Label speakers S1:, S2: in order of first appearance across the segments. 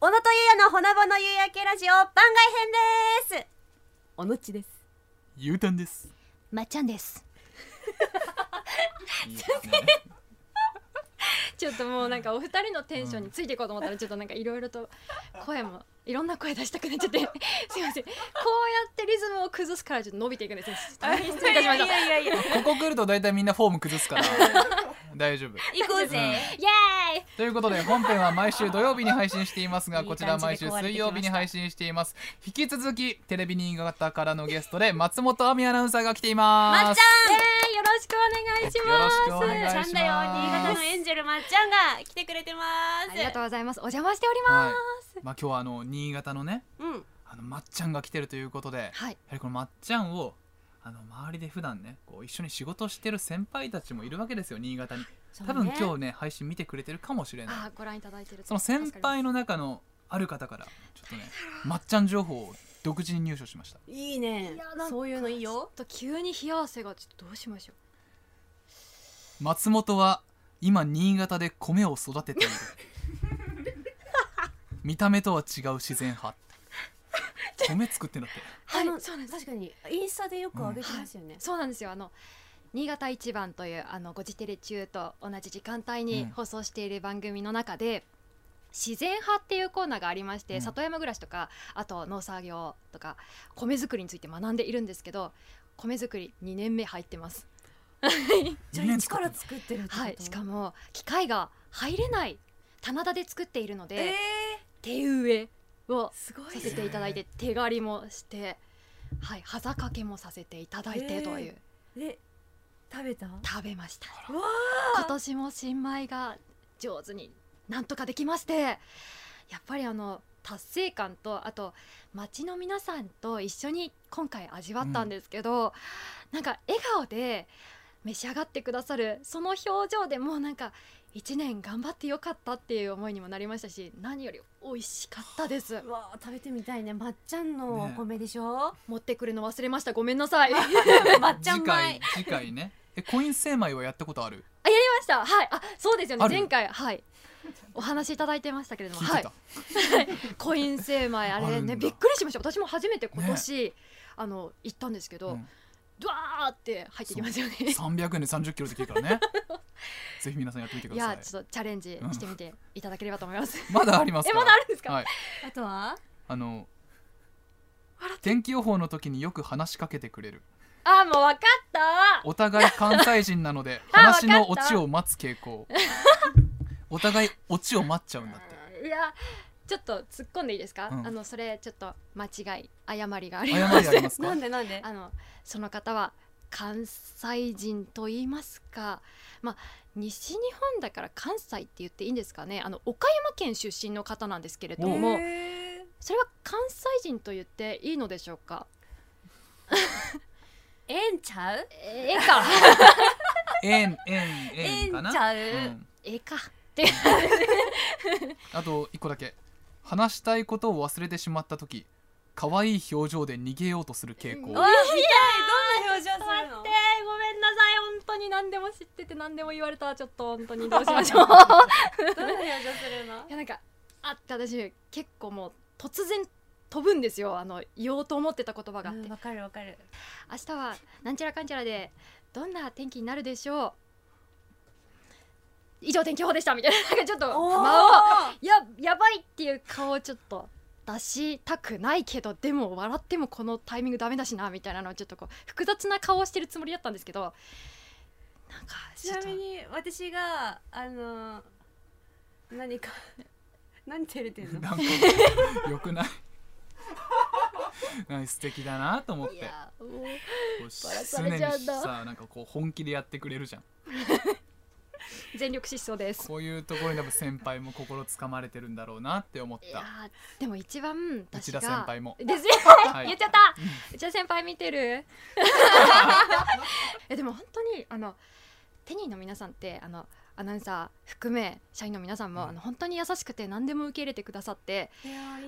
S1: のほのぼの夕焼けラジオ番外編です
S2: おのっちです
S3: ゆうたんです。
S4: まっちゃんです
S3: いいです
S5: ちょっともうなんかお二人のテンションについていこうと思ったらちょっとなんかいろいろと声もいろんな声出したくなっちゃってすいませんこうやってリズムを崩すからちょっと伸びていくんですよ大変失礼いたしましたイエ
S1: やいや
S3: ね ここ来ると大体みんなフォーム崩す から大丈夫。
S1: 行こうぜ
S5: ーイ
S3: ということで本編は毎週土曜日に配信していますがこちら毎週
S4: いい感じ
S3: 水
S4: で壊れてきました
S3: 曜日に配信しています引き続きテレビ新潟からのゲストで松本亜美アナウンサーが来ています
S1: まっち
S5: イエーイよろしくお願いし
S3: よ
S5: ま
S3: ろ
S5: す
S3: しくお願いし
S1: ゃん
S3: ま
S1: ちゃ
S3: す
S1: んだよ新潟のエンジェルまっちゃんが来てくれてま
S5: ありが
S1: す
S5: とうございますお邪魔しており
S3: は
S5: ま
S3: い
S5: す、
S3: まあ今日はあの新潟のね
S1: うん
S3: あのまっちゃんが来てるということでや
S5: はい
S3: はりこのまっちゃんをあの周りで普段ねこう一緒に仕事してる先輩たちもいるわけですよ新潟に多分今日ね配信見てくれてるかもしれない
S5: あーご覧いただいてると
S3: その先
S5: 助かり
S3: 輩の中のある方からちょっとねまっちゃん情報を独自に入手しました
S2: いいね
S5: ますやなんか
S2: そういうのいいよ
S5: ちょっと急に冷や汗がちょっとどうしましょ
S3: 松本は今新潟で米を育 てている見た目とは違う自然派米作ってんだ って
S5: う
S2: あ
S5: は
S2: の
S5: いそうなんです
S2: 確かにインスタでよく上げてますよね、
S5: そうなんですよあの新潟一番というあのごじテレ中と同じ時間帯
S3: うん
S5: に放送している番組の中で、自然派っていうコーナーがありまして、
S3: うん
S5: 里山暮らしとかあと農作業とか米作りについて学んでいるんですけど米作り2年目入ってます
S2: じ
S3: 二
S2: ゃあ
S3: 年
S2: 一
S3: 作
S2: から
S3: ってんだ
S2: 作ってるってこと、
S5: はいしかも機械が入れない棚田で作っているので、
S1: え
S5: 手植えを
S2: すごい
S5: させていただいて手刈りもして、はい、端掛けもさせていただいてという、
S2: えで食べたわ
S5: 食べました
S2: あ
S5: 今年も新米が上手になんとかできましてやっぱりあの達成感とあと町の皆さんと一緒に今回味わったんですけど、なんか笑顔で召し上がってくださるその表情でもうなんか1年頑張ってよかったっていう思いにもなりましたし何より美味しかったです
S2: うわあ食べてみたいねまっちゃんのお米でしょ、
S5: 持ってくるの忘れましたごめん なさいあやり
S1: まっちゃん
S3: 次回
S1: 前
S3: 次回ねえコイン精米はやったことある
S5: ましたはいあそうですよ
S3: あ
S5: ね
S3: る
S5: 前回はいお話しいただいてましたけれども
S3: 聞いて
S5: はい
S3: た、
S5: コイン精米あ
S3: ある
S5: れ
S3: んだ
S5: ねびっくりしました私も初めて今年、あの行ったんですけ
S3: う
S5: ど、
S3: ん
S5: ドワーって入ってきますよね
S3: 300円で3 0キロできる からねぜひ皆さんやってみてく
S5: い
S3: ださ
S5: や
S3: い
S5: ちょっとチャレンジしてみていただければと思います、
S3: まだあります
S5: え
S3: から
S5: まだあるんですか、
S3: はい
S2: あとは
S3: あの天気予報の時によく話しかけてくれる
S5: あもうわかった
S3: お互い関西人なので
S5: あ
S3: 話の
S5: わ
S3: オ
S5: かった
S3: チを待つ傾 向お互いオチを待っちゃうんだって
S5: いやちょっと突っ込んでいいですか、
S3: うん
S5: あのそれちょっと間違い誤りがありま
S3: 謝
S5: す
S3: りありますか
S2: なんでなんで
S5: あのその方は関西人と言いますか、まあ、西日本だから関西って言っていいんですかねあの岡山県出身の方なんですけれども
S2: え
S5: それは関西人と言っていいのでしょうか
S1: ええんちゃう
S5: ええか
S3: えんえんえんかな
S1: ちゃう
S3: うん
S5: ええか
S3: あと一個だけ話したいことを忘れてしまった時可愛い表情で逃げようとする傾向
S1: わあ見たいどんな表情するの
S5: えごめんなさい本当に何でも知ってて何でも言われたらちょっと本当にどうしましょう
S1: どんな表情するの
S5: いやなんかあって私結構もう突然飛ぶんですよあの言おうと思ってた言葉があって、
S2: わかるわかる
S5: 明日はなんちゃらかんちゃらでどんな天気になるでしょう以上天気予報でしたみたいななんかちょっと間をややばいっていう顔をちょっと出したくないけどでも笑ってもこのタイミングダメだしなみたいなのをちょっとこう複雑な顔をしてるつもりだったんですけどなんか
S1: ち
S5: ちょっ
S1: な
S5: と
S1: みに私があの何か何照れてんの
S3: なんかよくないなんか素敵だなと思って
S5: いやもう
S3: こう
S5: バラされちゃうんだ
S3: 常にさなんかこう本気でやってくれるじゃん
S5: 全力疾 走です
S3: こういうところに多分先輩も心つかまれてるんだろうなって思っ
S5: い
S3: た
S5: やーでも一番私
S3: 内
S5: が
S3: 田先輩も
S5: ですよ、
S3: い
S5: 言っちゃった内田先輩見てる えでも本当にあのテニーの皆さんってあのアナウンサー含め社員の皆さんも、
S3: うん
S5: あの本当に優しくて何でも受け入れてくださって、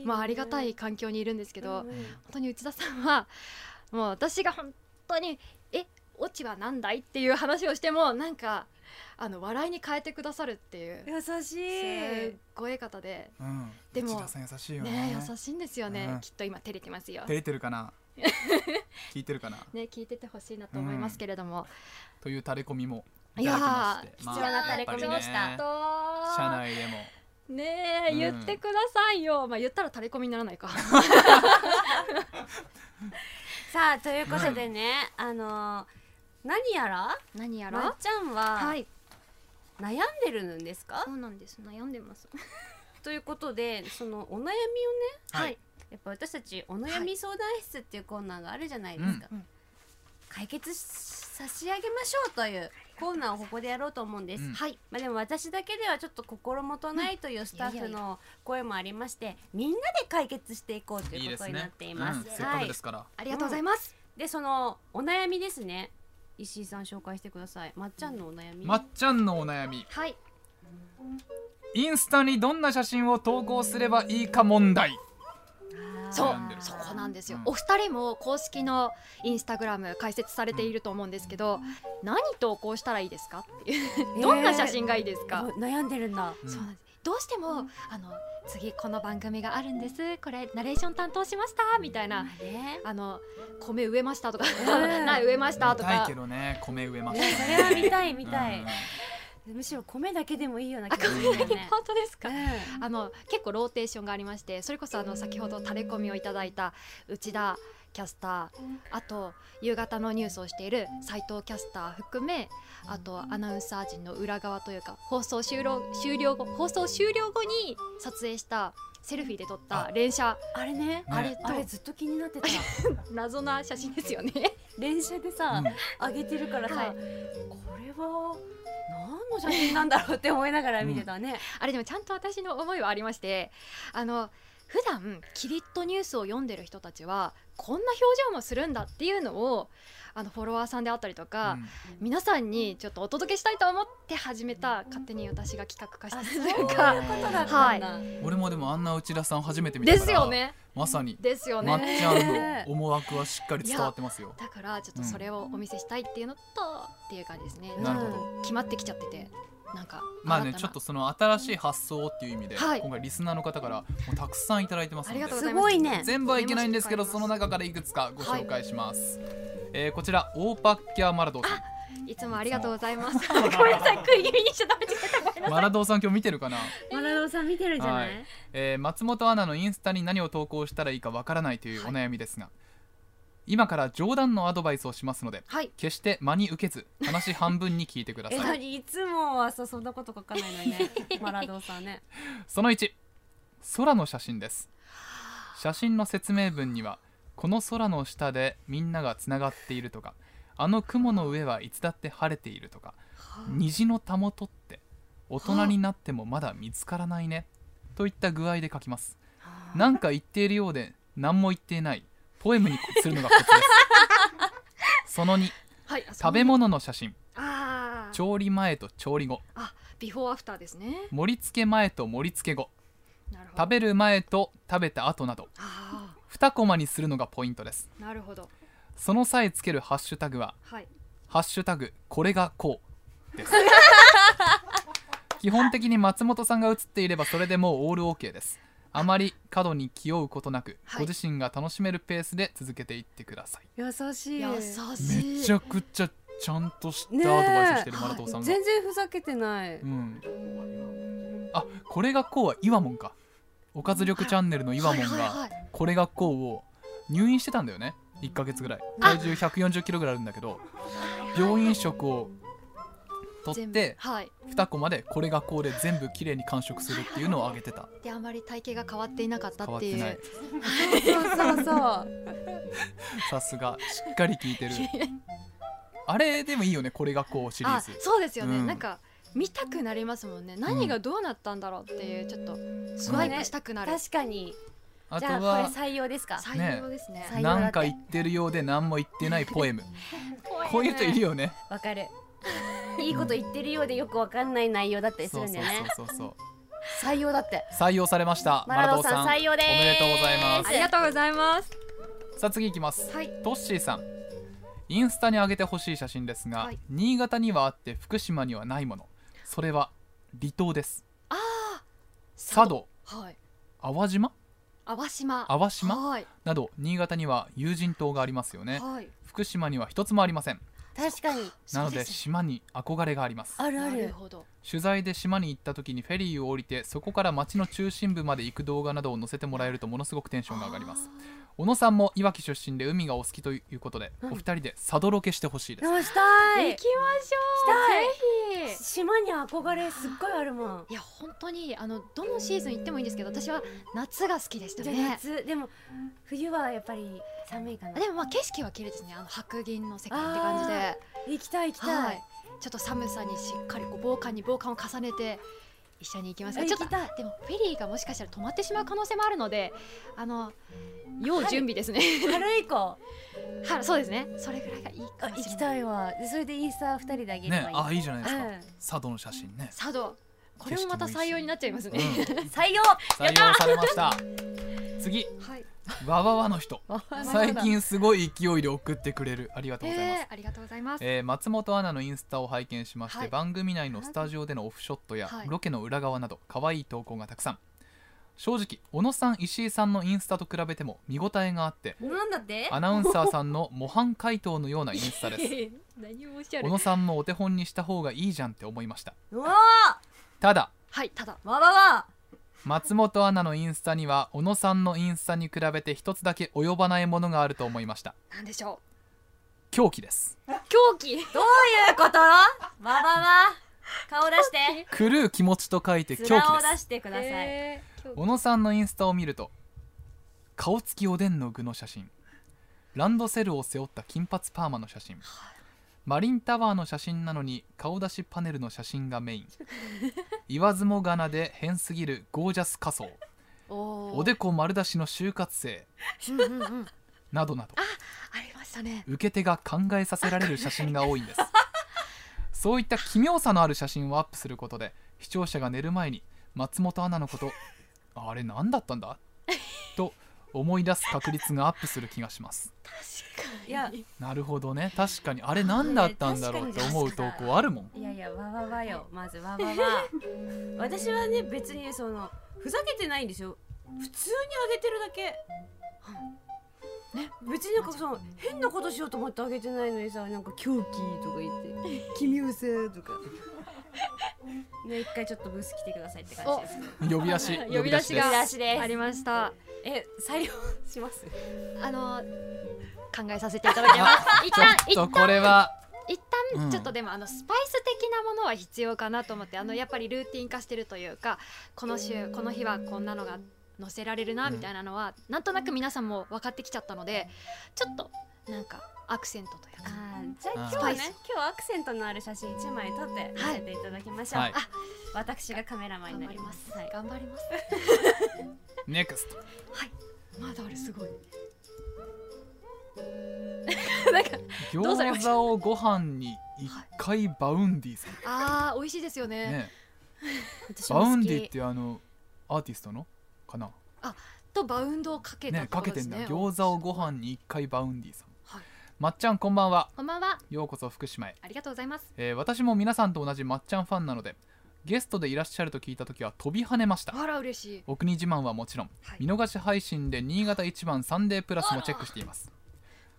S5: ま
S1: ま
S5: あ、ありがたい環境にいるんですけど、本当に内田さんはもう私が本当に「えオチは何だい?」っていう話をしてもなんかあの笑いに変えてくださるっていう
S2: 優し
S5: すっ
S2: い
S5: ごい方で
S3: うん、
S5: でも
S3: 内田さん優しいよね
S5: ね優しいんですよね、
S3: うん
S5: きっと今照れてますよ
S3: 照。れてるかな聞いて るかな
S5: ね聞いててほしいなと思いますけれども、
S3: というタレコミもい
S5: い
S3: た
S5: や
S3: だ
S5: ー
S3: きまして、
S2: 貴重なタレコミでした
S3: やっぱりね社
S5: と
S3: 内でも
S5: ねえ、
S3: うん
S5: 言ってくださいよまあ言ったらタレコミにな らないか
S2: さあということでね、あの何やら
S5: 何や
S2: まっ
S5: ら
S2: ちゃんは
S5: はい
S2: 悩んでるんですか、
S5: そうなんです悩んでます
S2: ということでそのお悩みをね
S5: はい
S2: やっぱ私たちお悩み相談室っていうコーナーがあるじゃないですか、
S5: うんうん
S2: 解決し差し上げましょうというコーナーをここでやろうと思うんです、
S3: うん
S5: はい
S2: まあでも私だけではちょっと心もとないというスタッフの声もありましてみんなで解決していこうと
S3: いい
S2: いう
S3: で
S2: こと
S3: す
S2: にな
S3: ね
S2: っ、てい
S3: うん
S2: ます
S3: せっか
S2: は
S3: く
S2: い
S3: ですから
S5: ありがとうございます、
S2: でそのお悩みですね石井さん紹介してくださいまっちゃんのお悩み、
S3: まっちゃんのお悩み
S5: はい
S3: インスタにどんな写真を投稿すればいいか問題
S5: そう
S3: 悩んでる
S5: そこなんですよ、
S3: うん
S5: お二人も公式のインスタグラム開設されていると思うんですけど、何投稿したらいいですかっていうどんな写真がいいですか、
S2: えー悩んでるんだ
S3: うん
S5: そうなんですどうしても、あの次この番組があるんですこれナレーション担当しましたみたいな
S2: ね
S5: あの米植えましたとか、
S2: ん
S5: 苗植えました
S3: 見
S5: と
S3: たい
S5: か
S3: けどね米植えま
S2: い
S3: し
S2: や
S3: た
S2: それは見
S3: い
S2: たい見たい、
S3: う
S2: むしろ米だけでもいいような気がす
S3: ん
S2: るよね。
S5: 本当です
S2: う
S5: か、
S2: ん
S5: あの結構ローテーションがありましてそれこそあの先ほどタレコミをいただいた内田キャスターあと夕方のニュースをしている斉藤キャスター含めあとアナウンサー陣の裏側というか放送終了終了後放送終了後に撮影したセルフィーで撮った連写
S2: あれね、
S5: あれと
S2: あれずっと気になってた。
S5: 謎な写真ですよね。
S2: 連写でさ
S3: ん、
S2: 上げてるから
S5: は
S2: さ、
S5: い
S2: これは何の写真なんだろうって思いながら見てたね。
S5: あれでもちゃんと私の思いはありましてあの普段キリッとニュースを読んでる人たちはこんな表情もするんだっていうのをあのフォロワーさんであったりとか、皆さんにちょっとお届けしたいと思って始めた勝手に私が企画化したという
S2: そう
S5: か
S2: いうことだったんだ。
S3: うん俺もでもあんな内田さん初めて見た
S5: で
S3: から
S5: すよね
S3: まさに
S5: ですよ
S3: まっ
S5: ね
S3: ちゃんの思惑はしっかり伝わってますよ
S5: だからちょっとそれをお見せしたいっていうのと、っていう感じですね
S2: なるほ
S3: ど
S5: 決まってきちゃっててなんか
S3: まあね
S5: 新たな
S3: ちょっとその新しい発想っていう意味で、
S5: はい
S3: 今回リスナーの方からもうたくさんいただいてますの
S5: あり
S3: で
S5: がとう
S2: すごいね。
S3: 全部はいけないんですけど
S5: メモして
S3: その中からいくつかご紹介します、えーこちらオーパッキャーマラドーさん
S5: いつもありがとうございますごめんなさい食い気味にしちゃダメですごめんなさい
S3: マラドーさん今日見てるかな、
S2: マラローさん見てるじゃない
S3: は。えー松本アナのインスタに何を投稿したらいいかわからないというお悩みですが、今から冗談のアドバイスをしますので
S5: はい
S3: 決して真に受けず話半分に聞いてくだ
S2: え、
S3: さ
S2: ないにいつもはさそんなこと書かないのにね。マラローさんね。
S3: その1空の写真です写真の説明文にはこの空の下でみんながつながっているとかあの雲の上はいつだって晴れているとか虹のたもとって大人になってもまだ見つからないねといった具合で書きますなんか言っているようで何も言っていないポエムにするのがコツですその2
S5: はいあ
S3: 食べ物の写真
S5: あー
S3: 調理前と調理後
S5: あビフォーアフターですね
S3: 盛り付け前と盛り付け後
S5: なるほど
S3: 食べる前と食べた後など
S5: あ
S3: 2コマにするのがポイントです
S5: ーなるほど
S3: その際つけるハッシュタグは
S5: はい
S3: ハッシュタグこれがこうです基本的に松本さんが写っていればそれでもうオールオーケーですあまり過度に気負うことなく、
S5: はい
S3: ご自身が楽しめるペースで続けていってください
S2: 優しい。
S5: 優
S2: 全
S5: しい
S3: めちゃくちゃちゃんとした
S2: ねえ
S3: アドバイスしてるマラトンさんが、
S2: 然ふざけてない。
S3: うんあこれがこうは岩門かおかず力チャンネルの岩門
S5: はいはい
S3: が
S5: はい
S3: これがこうを入院してたんだよね1ヶ月ぐらい体重140キロぐらいあるんだ けど病院食を取っ
S5: 全
S3: て
S5: 部はい
S3: 2個までこれがこうで全部きれいに完食するっていうのをあげてた
S5: であまり体型が変わっていなかった
S3: 変わっ
S5: っ
S3: て
S5: い
S3: て
S5: う
S3: ない
S2: そうそうそう。
S3: さす がしっかり聞いてるあれでもいいよねこれがこうシリー
S5: あ
S3: ズ
S5: そうですよね、
S3: うん
S5: なんか見たくなりますもんね何がどうなったんだろうっていうちょっとスワイプしたくなる、
S2: 確かに。
S3: あ
S2: じ
S3: と
S2: ゃあこれ
S3: は
S2: 採用ですか。
S5: 採用ですね
S2: 採用だって
S3: なんか言ってるようで何も言ってないポエ ムこういう人いるよね
S2: わかる。いいこと言ってるようでよくわかんない内容だったりす
S3: そ
S2: る
S3: うん
S2: だ
S3: そう
S2: よね。
S3: そうそうそう
S2: 採用だって。
S3: 採用されました
S2: マラドーさん
S3: マラドー
S2: 採用で
S3: お
S2: す。
S3: めでとうございま
S5: ありがとうございます
S3: さあ次いきます
S5: はい
S3: トッシーさんイインスタに上げてほしい写真ですが、
S5: はい
S3: 新潟にはあって福島にはないものそれは離島です
S5: ああ
S3: 佐渡
S5: はい
S3: 淡島
S5: 淡島
S3: 淡島
S5: はい
S3: など新潟には有人島がありますよね
S5: はい
S3: 福島には一つもありません
S2: 確かに
S3: なの
S5: そう
S3: です島に憧れがあります
S2: ある
S5: ね
S2: あ
S5: なる
S2: る
S5: ほど
S3: 取材で島に行った時にフェリーを降りてそこから町の中心部まで行く動画などを載せてもらえるとものすごくテンションが上がります小野さんもいわき出身で海がお好きということで、
S2: うん
S3: お二人で佐渡ロケしてほしいです
S2: でもしたい
S5: 行きましょうぜひ
S2: 島に憧れすっごいあるもん
S5: いや本当にあのどのシーズン行ってもいいんですけど私は夏が好きでした
S2: じゃあ
S5: ね
S2: 夏でも冬はやっぱり寒いかな
S5: でもまあ景色は綺麗ですねあの白銀の世界って感じで
S2: 行きたい行きた
S5: はいいちょっと寒さにしっかりこう防寒に防寒を重ねて一緒に行きますか
S2: あ
S5: ちょっと
S2: 行きたい
S5: でもフェリーがもしかしたら止まってしまう可能性もあるのであの要準備ですね、
S2: 春 以降
S5: はそうですねそれぐらいがいい
S2: あ
S5: かも
S2: 行き
S5: しれない
S2: たいわでそれでインスタ二人であげればいい
S3: ねあいいじゃないですか、
S2: うん
S3: 佐渡の写真ね、
S5: 佐渡これもまた採用になっちゃいます
S3: うん、
S5: ね、
S3: 採
S2: 採用
S3: 用されました次
S5: はい
S3: わわわの人最近すごい勢いで送ってくれるありがとうございます、
S5: えー、ありがとうございます、
S3: えー松本アナのインスタを拝見しまして、
S5: はい
S3: 番組内のスタジオでのオフショットや
S5: はい
S3: ロケの裏側など可愛い投稿がたくさん正直小野さん石井さんのインスタと比べても見応えがあって
S2: なんだって
S3: アナウンサーさんの模範解答のようなインス タです
S5: 何もおっしゃ
S3: 小
S5: る
S3: 野さんもお手本にした方がいいじゃんって思いました
S2: うわ
S3: ただ
S5: はいただ
S2: ーわわわ
S3: 松本アナのインスタには小野さんのインスタに比べて一つだけ及ばないものがあると思いました
S5: なんでしょ
S3: 狂気です
S5: う狂気
S2: どういうことわわわ顔出して
S3: 狂う気持ちと書いて狂気で
S2: 面を出
S3: す
S2: してください、
S5: えー狂気
S3: 小野さんのインスタを見ると顔つきおでんの具の写真ランドセルを背負った金髪パーマの写真マリンタワーの写真なのに顔出しパネルの写真がメイン言わずもがなで変すぎるゴージャス仮装
S5: おー
S3: おでこ丸出しの就活生
S5: うんうんうん
S3: などなど
S5: ありましたね
S3: 受け手が考えさせられる写真が多いん ですそういった奇妙さのある写真をアップすることで視聴者が寝る前に松本アナのことあれ何だったんだと思い出す確率がアップする気がします
S5: 確か
S2: いや
S3: なるほどね確かにあれ何だったんだろうって思う投稿あるもん
S2: いやいやわわわよまずわわわ 私はね別にそのふざけてないんですよ普通にあげてるだけ
S5: ね
S2: 別になんかその変なことしようと思ってあげてないのにさなんか狂気とか言 って奇妙さとかね一回ちょっとブース来てくださいって感じです
S3: 呼び出し
S5: 呼び出し
S3: です
S5: が
S2: 呼び出しです
S5: ありました
S2: え採用します
S5: あの考えさせていただきます一旦一
S3: ちょっと
S5: 旦
S3: これは
S5: 一
S3: うん
S5: 旦ちょっとでも、あのスパイス的なものは必要かなと思ってあのやっぱりルーティン化してるというかこの週この日はこんなのが載せられるな
S3: うん
S5: みたいなのは、なんとなく皆さんも分かってきちゃったのでちょっとなんかアクセントというか
S2: あーじゃあ今
S3: あー
S2: 日はね
S5: スパイス
S2: 今日はアクセントのある写真一枚撮って見せていただきましょう、
S3: はい
S5: はい
S2: 私がカメラマンにな
S5: 頑張
S2: り
S5: り
S2: ま
S5: ますす、
S2: はい、
S5: 頑張ります
S3: ネクスト
S5: はいまだあれすごいどうされま
S3: 餃
S5: し
S3: 子をご飯に一回バウンディさん
S5: あー美味しいですよね
S3: ね
S2: 私も
S3: バ
S2: 好き
S3: ウンディってあのアーティストのかな
S5: とバウンドをかけ
S3: ね
S5: たって
S3: か
S5: こと
S3: け
S5: で
S3: て
S5: す
S3: んだ
S5: ね
S3: 餃子をご飯に一回バウンディさん、
S5: はい
S3: まっちゃんこんばんは
S5: こんばんは
S3: ようこそ福島へ、
S5: ありがとうございます
S3: えー私も皆さんと同じまっちゃんファンなのでゲストでいらっしゃると聞いた時は飛び跳ねました
S5: あら嬉しい
S3: お国自慢はもちろん、
S5: はい
S3: 見逃し配信で新潟一番サンデープラスもチェックしています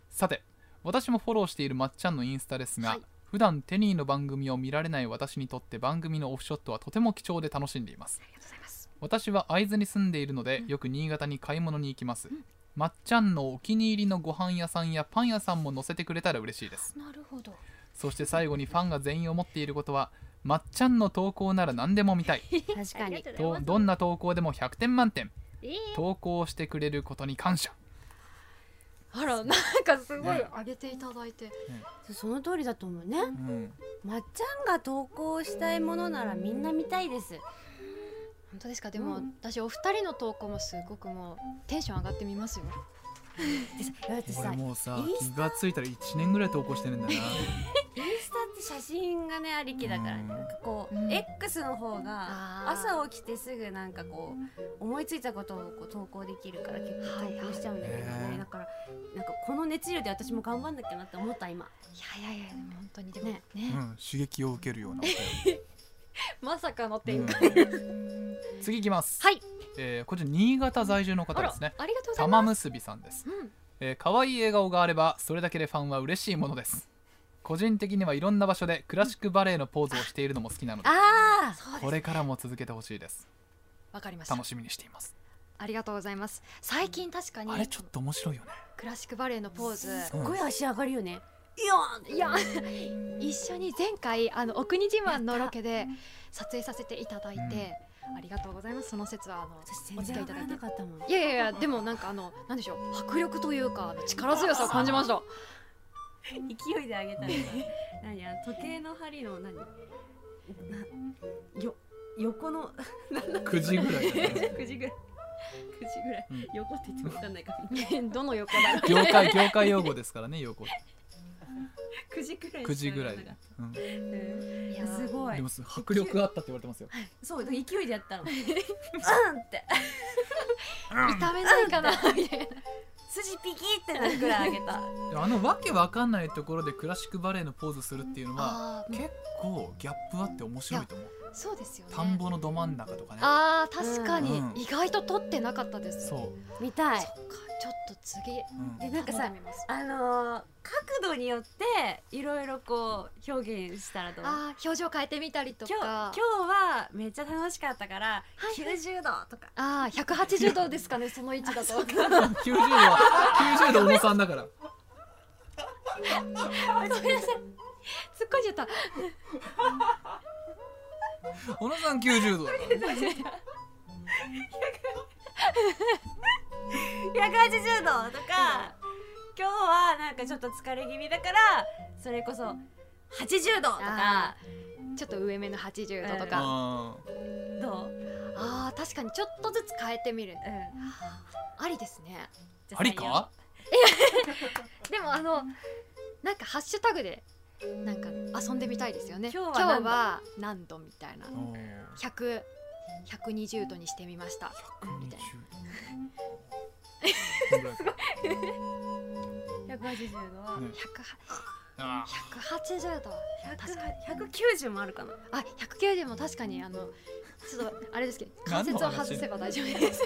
S3: さて私もフォローしているまっちゃんのインスタですが、
S5: はい
S3: 普段テニーの番組を見られない私にとって番組のオフショットはとても貴重で楽しんでいます
S5: ありがとうございます
S3: 私は会津に住んでいるのでよく新潟に買い物に行きます、まっちゃんのお気に入りのご飯屋さんやパン屋さんも載せてくれたら嬉しいです
S5: なるほど
S3: そして最後にファンが全員思っていることはまっちゃんの投稿なら何でも見たい
S2: 確かに
S3: とどんな投稿でも100点満点
S5: えー
S3: 投稿してくれることに感謝
S5: あらなんかすごい
S3: ね
S5: 上げていただいて、
S2: その通りだと思うね
S3: うん
S2: まっちゃんが投稿したいものならみんな見たいです
S5: 本当ですかでも、
S2: うん
S5: 私お二人の投稿もすごくもうテンション上がってみますよ
S2: でさ私さ
S3: 俺
S2: イン
S3: もうさ
S2: イン
S3: 気がついたら1年ぐらい投稿してるんだな
S2: スタって写真がねありきだからね
S3: うん
S2: なんかこう、
S5: うん
S2: X の方
S5: あ
S2: が
S5: ー
S2: 朝起きてすぐなんかこう思いついたことをこう投稿できるから結構投稿しちゃうんだけどね、
S3: はいはい
S2: だからなんかこの熱量で私も頑張んなきゃなって思った今
S5: いやいやいやでも本当にでもね
S2: ね
S3: うん、刺激を受けるようなお便
S5: まさかの展開、
S3: り、うん次いきます、
S5: はい
S3: えーこちら新潟在住の方
S5: あ
S3: で
S5: ら
S3: すね
S5: ありがとうござい
S3: 玉
S5: ます
S3: 結びさんです
S5: うん
S3: えー可愛い笑顔があればそれだけでファンは嬉しいものです個人的にはいろんな場所でクラシックバレエのポーズをしているのも好きなので
S5: ああそうです
S3: これからも続けてほしいです
S5: わかりました
S3: 楽しみにしています
S5: ありがとうございます最近確かに
S3: あれちょっと面白いよね
S5: クラシックバレエのポーズ
S3: うん
S2: 声足上がるよね
S5: いや一緒に前回あのお国自慢のロケで撮影させていただいて、ありがとうございますその説はあの
S2: 私
S5: お
S2: 全
S5: 付き合
S2: 然
S5: いい
S2: 上
S5: た
S2: が
S5: だ
S2: ら
S5: い
S2: なかっ
S5: て
S2: たもん
S5: いやいやいやでもなんかあのなんでしょう迫力というかあの力強さを感じました
S2: 勢いで上げた らさ何あの時計の針の何なよ横の
S3: 9時ぐらいだね
S2: 9時ぐらい9時ぐらい、
S3: うん
S2: 横って言っても分かんないから
S5: どの横だろう
S3: 業界業界用語ですからね横
S2: 9時ぐらい
S3: 9時ぐらいで、うん、で
S5: いや
S2: すごい
S3: もす迫力あったって言われてますよ
S2: そう勢いでや ったのうんって
S5: 痛めないかなみたいな
S2: 筋ピキってなるぐらい上げた
S3: でもあのわけわかんないところでクラシックバレエのポーズするっていうのは
S5: あー
S3: 結構ギャップあって面白いと思う
S5: そうですよね
S3: 田んぼのど真ん中とかね
S5: あー確かに、
S3: うん
S5: 意外と撮ってなかったです
S3: そう、
S2: 見たい
S5: そっかちょっと次
S3: うん
S2: でなんかさ
S5: 頼んでみます
S2: あのー、角度によっていろいろこう表現したらどう今
S5: あー表情変えてみたりと
S2: 日今
S5: か
S2: 日はめっちゃ楽しかったから、
S5: はい
S2: 90度とか
S5: ああ180度です かねその位置だと
S3: 90度は90度小野さんだから
S5: ごめんなさい。突っ込んじゃった。
S3: 小野さん90度だからね
S2: 180度とか今日はなんかちょっと疲れ気味だからそれこそ80度とか
S5: あちょっと上目の80度とか。
S3: あー
S2: どう、うん、
S5: ああ確かにちょっとずつ変えてみる。ありですね。
S2: じゃ
S3: ありか
S5: でもあのなんかハッシュタグでなんか遊んでみたいですよね。
S2: 今日は何度
S5: 今は何度みたいな。
S3: おー
S5: 100 120度にしてみました。みたい
S2: 採用 180度は、
S3: ねあ
S5: 180度。確かに。
S2: 190もあるかな
S5: あ190も確かにあのちょっとあれですけど関節を外せば大丈夫です。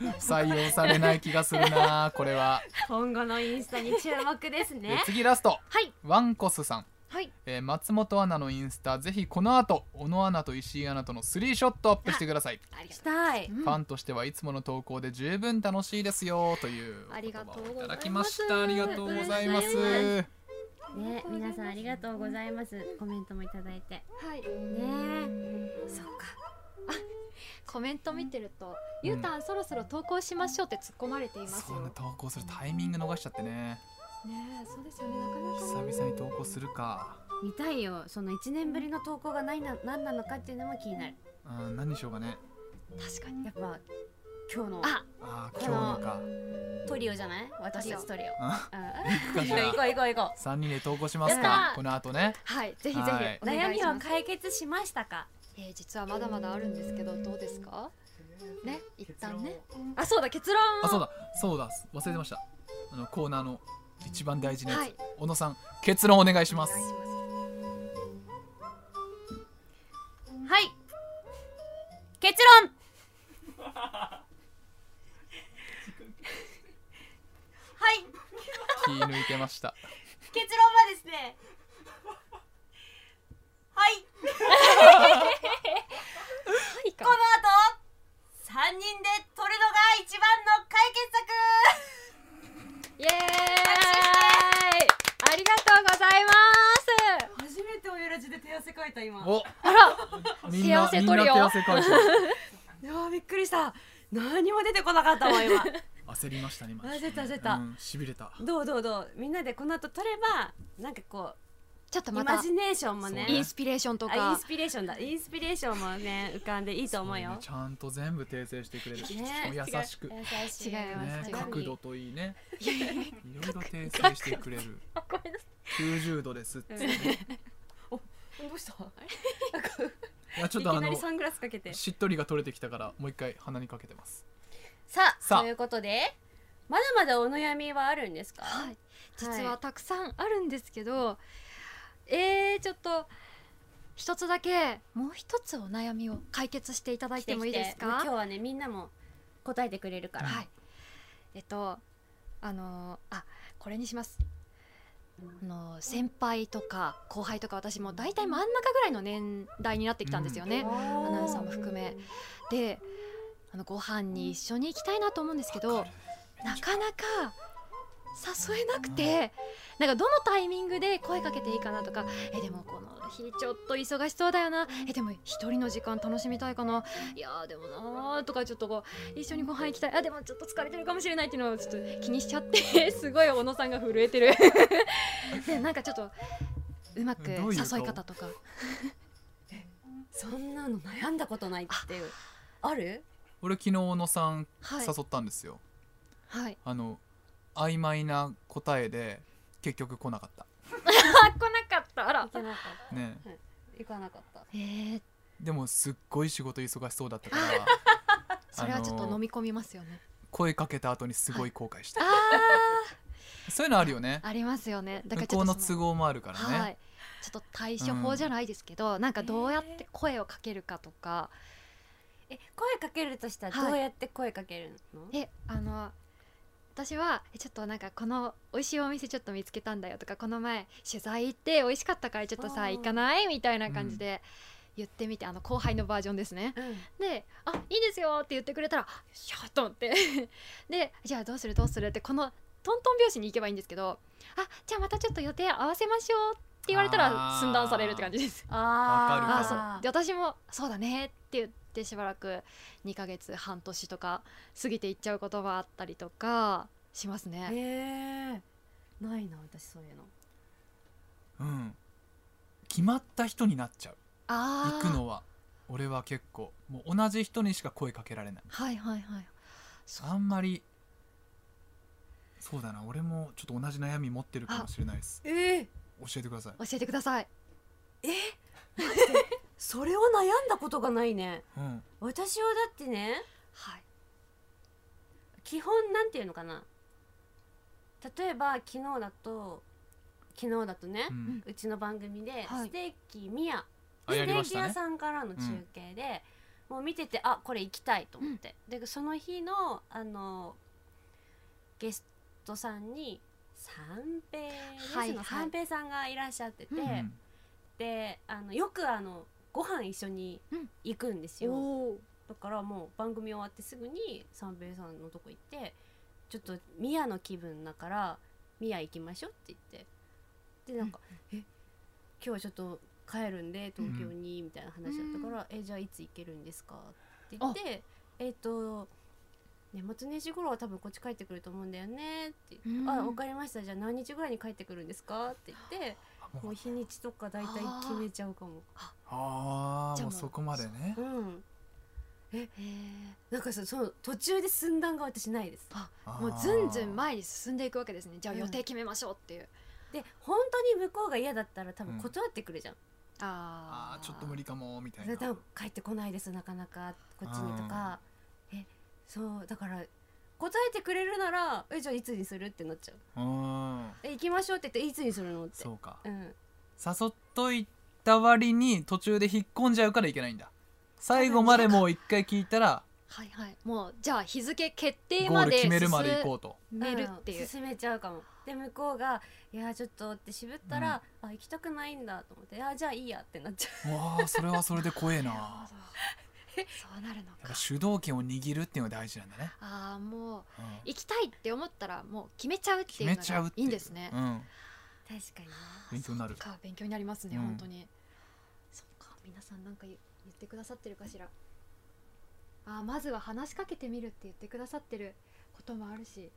S3: ー採用されない気がするなこれは、
S2: 今後のインスタに注目です
S3: え
S2: ね
S3: 次ラスト
S5: はい
S3: ワンコスさん、
S5: はい。
S3: えー松本アナのインスタぜひこの後小野アナと石井アナとのスリーショットアップしてください
S5: ありが
S2: し
S5: と。
S2: たいう
S5: うん
S3: ファンとしてはいつもの投稿で十分楽しいですよという
S5: ありがとうご
S3: お言葉を
S5: ざいます
S3: いただきましたありがとうございます
S5: ありがとうござい
S2: ね皆さんありがとうございますコメントもいただいてね
S5: はい。
S2: そうか
S5: コメント見てると、ゆうたんそろそろ投稿しましょうって突っ込まれています
S3: そ
S5: よ。
S3: うね投稿するタイミング逃しちゃってね
S5: ねえ、そうですよね。なかなか
S3: 久
S5: ね。
S3: 々に投稿するか
S2: 見たいよその1年ぶりの投稿が何な何なのかっていうのも気になる
S3: うん何にしようかね
S5: 確かに。
S2: やっぱ今日の
S5: あ、
S3: あー
S2: こ
S3: 今
S2: の
S3: 日のか
S2: トリオじゃない私たちトリオ
S3: あ
S2: うん
S3: 行くかじゃ
S2: 行こう行こう行こ
S3: あ3人で投稿します
S5: やっ
S3: か
S5: た
S3: この後ね
S5: はい、ぜひぜひお
S3: はい
S2: う悩
S5: 願い
S2: み
S5: し
S2: は
S5: ます。
S2: 解決しましたか
S5: えー、実はまだまだあるんですけど、どうですか。ね、一旦ね。あ、そうだ、結論を。
S3: あそうだそうだ忘れてましたあのコーナーの一番大事なやつ、
S5: はい
S3: 小野さん結論お願いし
S5: お願
S3: ま
S5: い
S3: す
S5: しま
S2: はい結論はい
S3: 気抜いてました
S2: 結論はですねはい
S5: す。はい、か
S2: この。後三人で取るのが一番の解決策
S5: イエーイ。ありがとうございます。
S2: 初めて親ラジで手汗かいた今
S3: お
S5: あら、
S3: みんな
S5: 幸せ
S3: みん
S5: トリ
S3: な
S5: オ
S3: 手汗かいてる
S2: いやーびっくりした何も出てこなかったわ 今
S3: 焦りましたね今
S2: 焦った焦った
S3: うん、しびれた
S2: どうどうどうみんなでこの後取ればなんかこう
S5: ちょっと
S2: イ
S5: また
S2: マジネーションもね
S3: そう
S5: イ
S3: ね
S5: ンスピレーションと
S2: あイン
S5: か
S2: スピレーションだインスピレーションもね浮かんでいいと思うよ
S3: ちゃんと全部訂正してくれる、
S2: ね
S3: お優しく、ね、
S2: 優し
S5: 違います違います
S3: 角度といいねいろいろ訂正してくれる90度です って、ね
S2: どうした
S3: いやちょっ
S2: い
S3: とあ
S2: きな
S3: の
S2: りサングラスかけて
S3: しっとりが取れてきたからもう一回鼻にかけてます
S2: さあ
S3: さあ
S2: ということでまだまだお悩みはあるんですか、
S5: はい、実
S2: は
S5: はいたくさんあるんですけど、えー、ちょっと一つだけもう一つお悩みを解決していただいてもいいです
S2: もう
S5: か
S2: 今日はねみんなも答えてくれるから、
S5: はいえっとあのーあこれにしますあのー先輩とか後輩とか私も大体真ん中ぐらいの年代になってきたんですよね、
S2: ア
S5: アナウンサーも含めであのご飯に一緒に行きたいなと思うんですけどなかなか誘えなくてなんかどのタイミングで声かけていいかなとかえでもこの日ちょっと忙しそうだよなえでも一人の時間楽しみたいかないやーでもなーとかちょっとこう一緒にご飯行きたいあでもちょっと疲れてるかもしれないっていうのをちょっと気にしちゃって すごい小野さんが震えてる でなんかちょっとうまく
S3: どういう顔
S5: 誘い方とか
S2: そんなの悩んだことないっていうある
S3: 俺昨日小野さん
S5: はい
S3: 誘ったんですよ、
S5: はい
S3: あの曖昧な答えで結局来なかった
S5: あ来なかったあら
S2: 行かなかっ
S3: ね
S2: た行かなかった
S5: えー、
S3: でもすっごい仕事忙しそうだったから
S5: それはちょっ
S3: あ
S5: と
S3: の
S5: 飲み込みますよね。
S3: 声かけた後にすごい後悔した、
S5: あ
S3: そういうのあるよね
S5: あ、ありますよね。だ
S3: 向
S5: からちょ
S3: こ
S5: っ
S3: う
S5: と
S3: の
S5: そ
S3: 都合もあるからね、
S5: はい、ちょっと対処法じゃないですけど、なんかどうやって声をかけるかとか、
S2: え声かけるとしたら
S5: はい
S2: どうやって声かけるの、
S5: え、あの。私はえちょっとなんかこの美味しいお店ちょっと見つけたんだよとかこの前取材行って美味しかったからちょっとさ
S2: あー
S5: 行かないみたいな感じで言ってみて、あの後輩のバージョンですね
S2: うん
S5: で「あいいですよ」って言ってくれたら「よっしゃ」と思って で「じゃあどうするどうする」ってこのトントン拍子に行けばいいんですけど「あじゃあまたちょっと予定合わせましょう」って言われたら
S3: あー
S5: 寸断されるって感じです。
S3: わ
S5: あ
S3: か
S5: ー
S3: る
S5: そ
S3: か
S5: うで私も「そうだね」って言ってしばらく2ヶ月半年とか過ぎていっちゃうことがあったりとかしますね。
S2: へえないな私そういうの
S3: うん決まった人になっちゃう行
S5: あー
S3: くのは俺は結構もう同じ人にしか声かけられない
S5: はいはいはい。
S3: あんまりそうだな俺もちょっと同じ悩み持ってるかもしれないです
S2: え
S3: 教えてください、
S5: 教えてください。
S2: それを悩んだことがないね
S3: うん、
S2: 私はだってね
S5: はい。
S2: 基本なんていうのかな例えば昨日だと昨日だとね
S3: う、ん
S2: うちの番組で
S5: はい
S2: ステーキミヤ、
S3: あや
S2: ステ
S3: り
S2: ー
S3: まし
S2: キ
S3: た
S2: 屋
S3: ね
S2: さんからの中継で、もう見ててあこれ行きたいと思って、でその日のあのゲストさんに三平ですの、
S5: はいはい
S2: 三平さんがいらっしゃってて、
S5: うん
S3: うん
S2: であのよくあのご飯一緒に行くんですよ、
S5: お
S2: だからもう番組終わってすぐに三平さんのとこ行ってちょっと宮の気分だから宮行きましょうって言ってでなんか「え今日ちょっと帰るんで東京に」みたいな話だったから「えじゃあいつ行けるんですか?」って言って「えっ、と年末年始頃は多分こっち帰ってくると思うんだよね」って言って「
S5: うん
S2: あ分かりましたじゃあ何日ぐらいに帰ってくるんですか?」って言って
S3: あも
S2: もう
S3: う
S2: 日にちとか大体決めちゃうかも。
S3: あー
S5: じゃあ
S3: も
S5: もう
S3: うそこまでね
S2: うん、
S5: へえ。
S2: なんかそその途中で寸断が私ないです。
S5: もうずんずん
S3: ま
S5: 前に進んでいくわけですね。じゃあ予定決めましょうっていう。
S2: で本当に向こうが嫌だったら多
S3: う
S2: 分
S3: ん
S2: 断ってくるじゃん、
S5: あ
S3: あーちょっと無
S5: 理
S3: 理かもみたい
S2: それ
S3: な
S2: 多分帰ってこないですなかなかこっちにとか、えそうだから答えてくれるならえじゃあいつにするってなっちゃう
S3: うん
S2: え行きましょうって言っていつにするのって
S3: そうか
S2: うん
S3: 誘っといた割に途中で引っ込んじゃうからいけないんだ最後までもう一回聞いたら
S5: はいはいもうじゃあ日付決定
S3: ゴ
S5: ま
S3: ール
S5: で
S3: 決めるまで行こうと
S5: 進めるっていう、
S2: ん進めちゃうかもで向こうが「いやちょっと」って渋ったら「あ行きたくないんだ」と思って「あじゃあいいや」ってなっ ちゃ
S3: うわあそれはそれで怖えな
S5: なる
S3: や
S5: ほどそうなるの
S3: っぱ
S5: か
S3: 主導権を握るっていうのが大事なんだね、
S5: ああも
S3: う
S5: う
S3: ん
S5: 行きたいって思ったらもう決めちゃうって
S3: 決
S5: いう
S3: め
S5: の
S3: ちゃうっ
S5: が
S3: て
S5: い
S3: いう
S5: いんですね、
S3: うん、
S2: う確かにな
S3: 勉強になる
S5: そっか勉強になりますね、
S3: うん
S5: 本当にそっか皆さんなんか言言ってくださってるかしらあーまずは話しかけてみるって言ってくださってることもあるし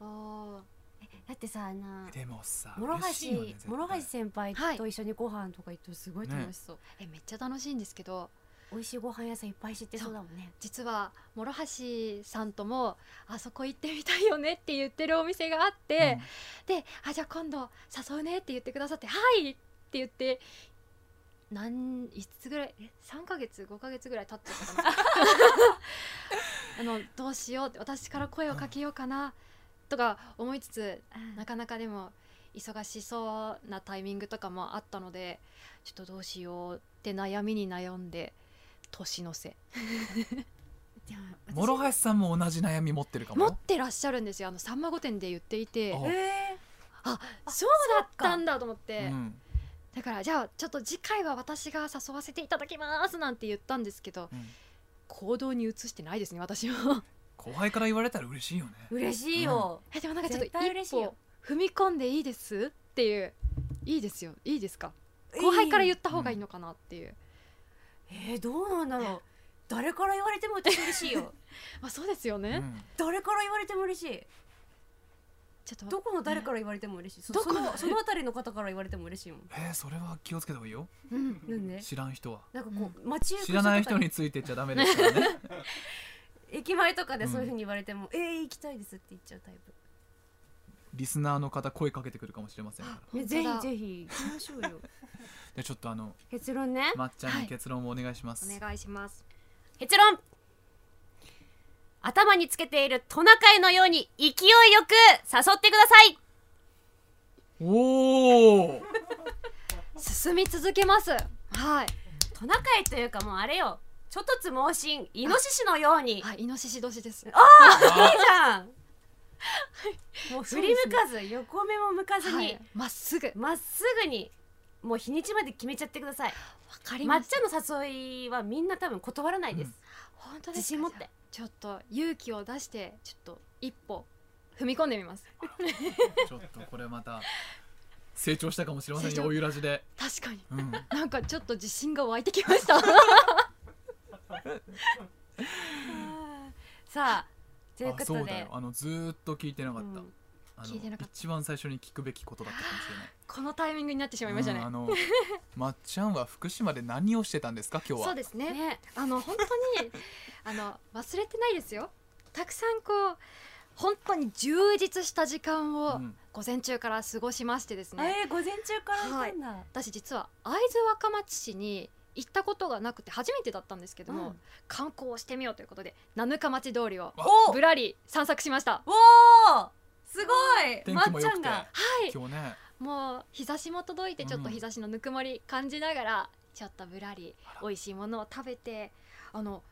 S5: あー
S2: だってさあの
S3: でもさ
S2: 諸
S3: 嬉しいよね絶
S2: 橋諸
S3: 対
S2: 橋先輩
S5: はい
S2: と一緒にご飯とか行ってすごい楽しそう、
S5: えめっちゃ楽しいんですけど
S2: 美味しいご飯屋さんいっぱい知ってそうだもんね
S5: 実は諸橋さんともあそこ行ってみたいよねって言ってるお店があって、であじゃあ今度誘うねって言ってくださってはいって言って何いつぐらいえ3ヶ月5ヶ月ぐらい経っちゃったかなあのどうしようって私から声をかけようかなとか思いつつなかなかでも忙しそうなタイミングとかもあったのでちょっとどうしようって悩みに悩んで年の瀬
S2: でも私
S3: 諸橋さんも同じ悩み持ってるかも
S5: 持ってらっしゃるんですよあの「さんま御殿」で言っていて
S3: あ
S1: え
S5: そうだったんだと思って、
S3: うん
S5: だからじゃあちょっと次回は私が誘わせていただきますなんて言ったんですけど
S3: うん
S5: 行動に移してないですね私も
S3: 後輩から言われたら嬉しいよね
S1: ー、嬉しいよ、
S5: えでもなんかちょっと
S2: 絶対嬉
S5: 一
S2: しいよ
S5: 歩踏み込んでいいですっていういいですよいいですか後輩から言った方がいいのかなっていう、
S2: えー、どうなんだろう
S1: 誰から言われても私嬉しい よ
S5: まあそうですよね、
S3: うん
S1: 誰から言われても嬉しい
S5: ちょっと
S2: どこの誰から言われても嬉しいそ
S5: どこ
S2: そのその辺りの方から言われても嬉しいもん
S3: えーそれは気をつけた方がいいよ
S5: うん
S2: なんで
S3: 知らん人は
S2: なんかこう街行く
S3: 知らない
S2: とか
S3: 人についてっちゃダメですからね
S2: 駅前とかでそういうふうに言われても、えー、行きたいですって言っちゃうタイプ
S3: リスナーの方声かけてくるかもしれませんから
S5: 本当だ
S2: ぜひぜひ行きましょうよ
S3: じゃあちょっとあの
S2: 結論ね
S3: まっちゃんに結論をお願いします、
S5: お願いします
S2: 結論頭につけているトナカイのように勢いよく誘ってください
S3: おお
S5: 進み続けますはい
S2: トナカイというかもうあれよちょっとつ猛進イノシシのようにいいじ
S5: はいイノシシ年です
S2: ゃんもう振り向かず横目も向かずに、
S5: はいまっすぐわ
S2: まっすぐにもう日にちまで決めちゃってください
S5: かり
S2: 抹
S5: ました
S2: 茶の誘いはみんな多分断らないです、
S5: 本当ですか
S2: 自信持って
S5: ちょっと勇気を出してちょっと一歩踏み込んでみます
S3: ちょっとこれまた成長したかもしれません
S5: 成
S3: よ
S5: 長
S3: おゆらじで、
S5: 確かに
S3: うん、
S5: なんかちょっと自信が湧いてきました
S2: さあという
S3: あ
S2: こと
S3: そうだ
S2: で
S3: よあのずーっと聞いてなかった、
S2: うん
S3: あの
S5: 聞いてなかった
S3: 一番最初に聞くべきことだったかもしれない
S5: このタイミングになってしまいましたね、
S3: うんあのまっちゃんは福島で何をしてたんですか今日は
S5: そうですね
S2: ね
S5: あの本当にあの忘れてないですよたくさんこう本当に充実した時間
S3: う
S5: を
S3: ん
S5: 午前中から過ごしましてですね、
S1: えー、午前中からいたんだ、
S5: 私実は会津若松市に行ったことがなくて初めてだったんですけども、
S1: うん
S5: 観光をしてみようということで七日町通りを
S1: お
S5: ぶらり散策しました
S1: おーすごい
S3: 天
S1: ま
S3: 気
S1: っ
S3: も
S1: ち
S3: 良
S1: ゃ
S3: く
S1: ん
S3: て、
S1: が
S5: はい
S3: 今日ね
S5: もう日差しも届いてちょっと日差しのぬくもり感じながら、ちょっとぶらり
S3: あら
S5: 美味しいものを食べてあの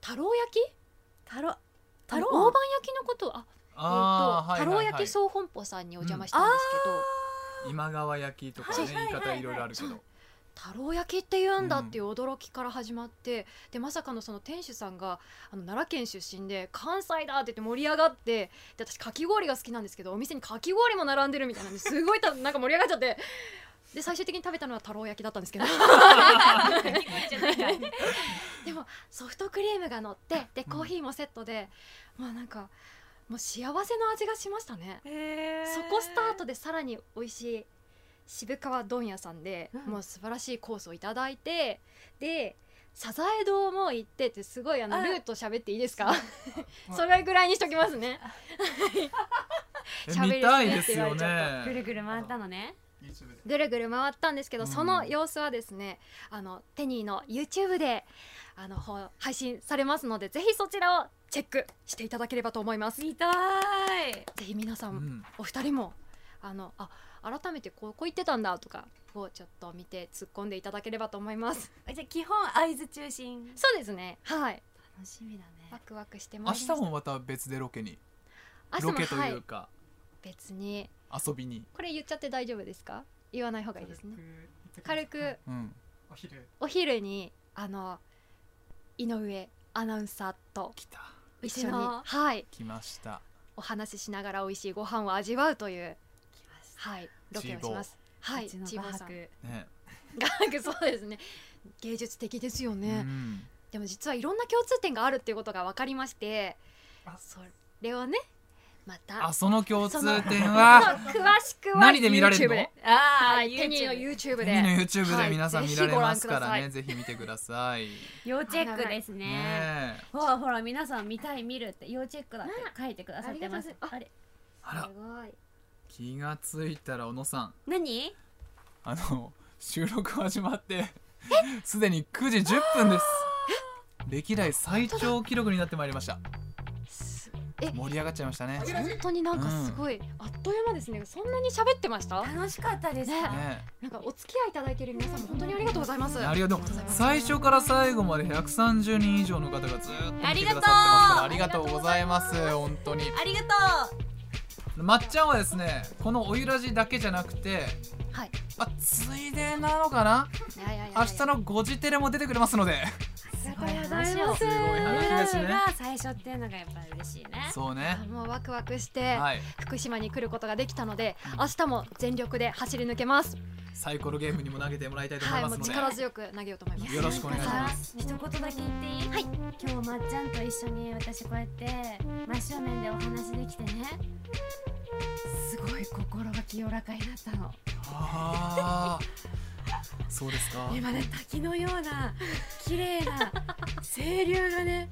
S5: 太郎焼き
S2: タロ
S5: あの
S2: 太郎
S5: 大判焼きのことあ
S3: ああ、
S5: えーと
S3: はいはいはい
S5: 太郎焼き総本舗さんにお邪魔したんですけど、
S3: 今川焼きとか
S1: は
S3: ね、
S1: い
S3: 言い
S1: はいはいは
S3: 方
S1: い
S3: いろいろあるけど、
S5: 太郎焼きって言うんだっていう驚きから始まって、でまさかのその店主さんがあの奈良県出身で関西だって言って盛り上がってで私かき氷が好きなんですけどお店にかき氷も並んでるみたいなんですごいたなんか盛り上がっちゃってで最終的に食べたのは太郎焼きだったんですけどでもソフトクリームが乗ってでコーヒーもセットで、まあなんかもう幸せの味がしましたね。
S1: へ
S5: そこスタートでさらに美味しい渋川問屋さんで、
S2: うん
S5: もう素晴らしいコースをいただいてでサザエ堂も行ってってすごいあの
S1: あ
S5: ルート喋っていいですか
S3: うん
S5: それぐらいにしときますね
S3: え
S5: 喋り
S3: 見たいですよね
S2: ぐるぐる回ったのね
S5: ぐるぐる回ったんですけど、
S3: うん
S5: その様子はですねあのテニーの YouTube であのほ配信されますのでぜひそちらをチェックしていただければと思いますぜ
S2: 見たーい
S5: ひ皆さ
S3: うんん、
S5: お二人もあのあ改めてここ行ってたんだとかをちょっと見て突っ込んでいただければと思い ます。
S2: あじゃあ基本合図中心
S5: そうですね。はい。
S2: 楽しみだ
S5: ワ
S2: ね
S5: クワクしてま
S3: 明
S5: いり
S3: 日
S5: ました
S3: もまた別でロケに
S5: 明日
S3: ロケと
S5: は
S3: いう
S5: い、
S3: か、
S5: 別に
S3: 遊びに、
S5: これ言っちゃって大丈夫ですか？言わない方がいいですね。軽く
S3: うん、
S4: お昼
S5: お昼にあの井上アナウンサーと
S3: 来た
S5: 一
S2: う
S5: 緒
S2: ち
S5: に
S2: の
S5: はい
S3: 来ました
S5: お話ししながら美味しいご飯を味わうというはいロケをします。はい。
S2: うちの
S5: 千葉さ
S2: 画
S5: ん。
S2: 伯
S3: ね
S5: 画伯そうですね。芸術的ですよね。
S3: うん、
S5: でも実はいろんな共通点があるっていうことが分かりまして
S4: あ
S5: それをねまた
S3: あその共通点
S5: そう
S3: は
S5: 詳しくは
S3: 何で見られる
S5: YouTube
S3: の
S5: で
S1: あ
S5: はいテニーの YouTube
S3: テニーの
S5: で
S3: YouTube
S5: は
S3: で
S5: い
S3: 皆さん見られますからね、ぜひ見てください。
S2: 要チェックですね
S3: ねえ
S2: ほらほら皆さん見たい見るって要チェックだって書いてくださってます
S5: あ
S2: あれ
S3: あら気がついたら小野さん
S2: 何
S3: あの 収録始まって すでに9時10分です歴代最長記録になってまいりました
S5: すえ
S3: 盛り上がっちゃいましたね
S5: 本当になんかすごい、あっという間ですねそんなに喋ってました
S1: 楽しかったです
S5: ね
S3: ね
S5: なんかお付き合いいただいてる皆さんも本当にありがとうございます
S3: えありがとう最初から最後まで130人以上の方がずっと見てくださってますからあ
S1: あ
S3: り
S1: り
S3: が
S1: が
S3: と
S1: と
S3: う
S1: う
S3: ございます本当に
S1: ありがとう
S3: まっちゃんはですねこのおゆらじだけじゃなくて
S5: はい
S3: まあついでなのかない
S5: やいやいや
S3: 明日のごじテレも出てくれますのです
S5: ごい話
S2: を
S3: すごい話ですね
S2: が最初っていうのがやっぱ嬉しいね
S3: そうね
S5: あもうワクワクして
S3: はい
S5: 福島に来ることができたので明日も全力で走り抜けます
S3: サイコロゲームにも投げてもらいたいと思
S5: はいい
S3: ま
S5: も
S3: す
S5: う
S3: ので、
S5: 力強く投げようと思います
S3: よろしくお願いします
S2: す一言だけ言っていいはい今日まっちゃんと一緒に私こうやって真正面でお話できてねすごい心が清らかになったの
S3: ああ、そうですか。
S2: 今ね滝のような綺麗な清流がね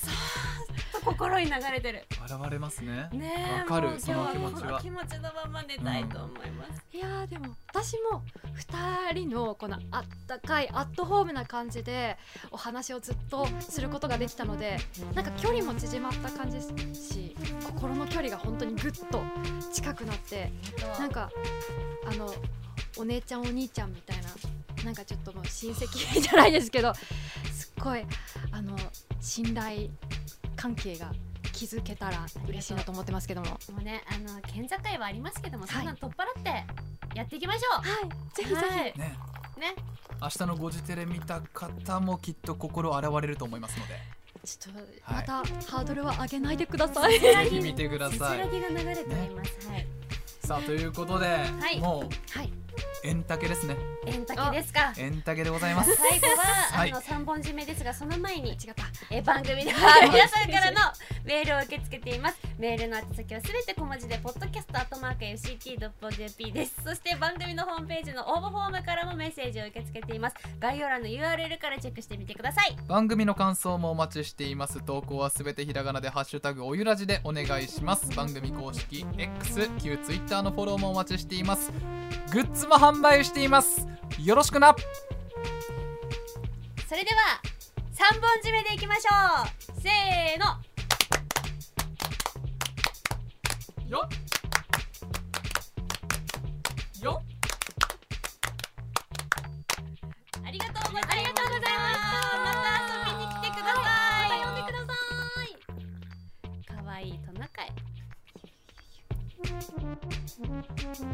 S2: そーっと心に流れてる
S3: 現れますね。
S2: ねえ
S3: わかる
S2: もう
S3: そ
S2: 今日
S3: の気
S2: は
S3: 持
S2: こ
S3: ち
S2: の
S3: は
S2: 気持ちのまま寝たいと思います、
S5: いやーでも私も2人のこのあったかいアットホームな感じでお話をずっとすることができたのでなんか距離も縮まった感じですし心の距離が本当にぐっと近くなってなんかあのお姉ちゃんお兄ちゃんみたいななんかちょっともう親戚じゃないですけどすっごいあの信頼関係が築けたら嬉しいなと思ってますけども。
S2: もうねあの県境はありますけども、そんな
S5: は
S2: の取っ払ってやっていきましょ
S5: はい、ぜひ
S2: う
S5: ぜひ、
S2: はい
S3: ね、
S2: ね
S3: 明日のご時テレ見た方もきっと心洗われると思いますので、
S5: ちょっと
S3: は
S5: ま
S3: い
S5: たハードルは上げないでください。
S3: ぜひ見てくだ
S2: せつ
S3: さ
S2: ら
S3: い。
S2: ぎが流れております、はい
S3: さあということで、
S2: い
S3: も
S5: はい、
S3: う円竹ですね。
S2: 円卓ですか
S3: 円竹でござい ます。
S2: 最 後は、
S3: はい
S2: あの三本締めですがその前に
S5: 違った。
S2: え 番組で
S3: い
S2: は皆さんからのメールを受け付けていますメールの宛先はすべて小文字で podcast.fct.jp ですそして番組のホームページの応募フォームからもメッセージを受け付けています概要欄の URL からチェックしてみてください
S3: 番組の感想もお待ちしています投稿はすべてひらがなでハッシュタグおゆらじでお願いします番組公式 X 旧 Twitter のフォローもお待ちしていますグッズも販売していますよろしくな
S2: それでは三本締めでいきましょうせーの
S3: よよ
S2: ありがとうございましたありがとうございましたまた遊びに来てくださいまた呼んでくださいかわいいトナカイ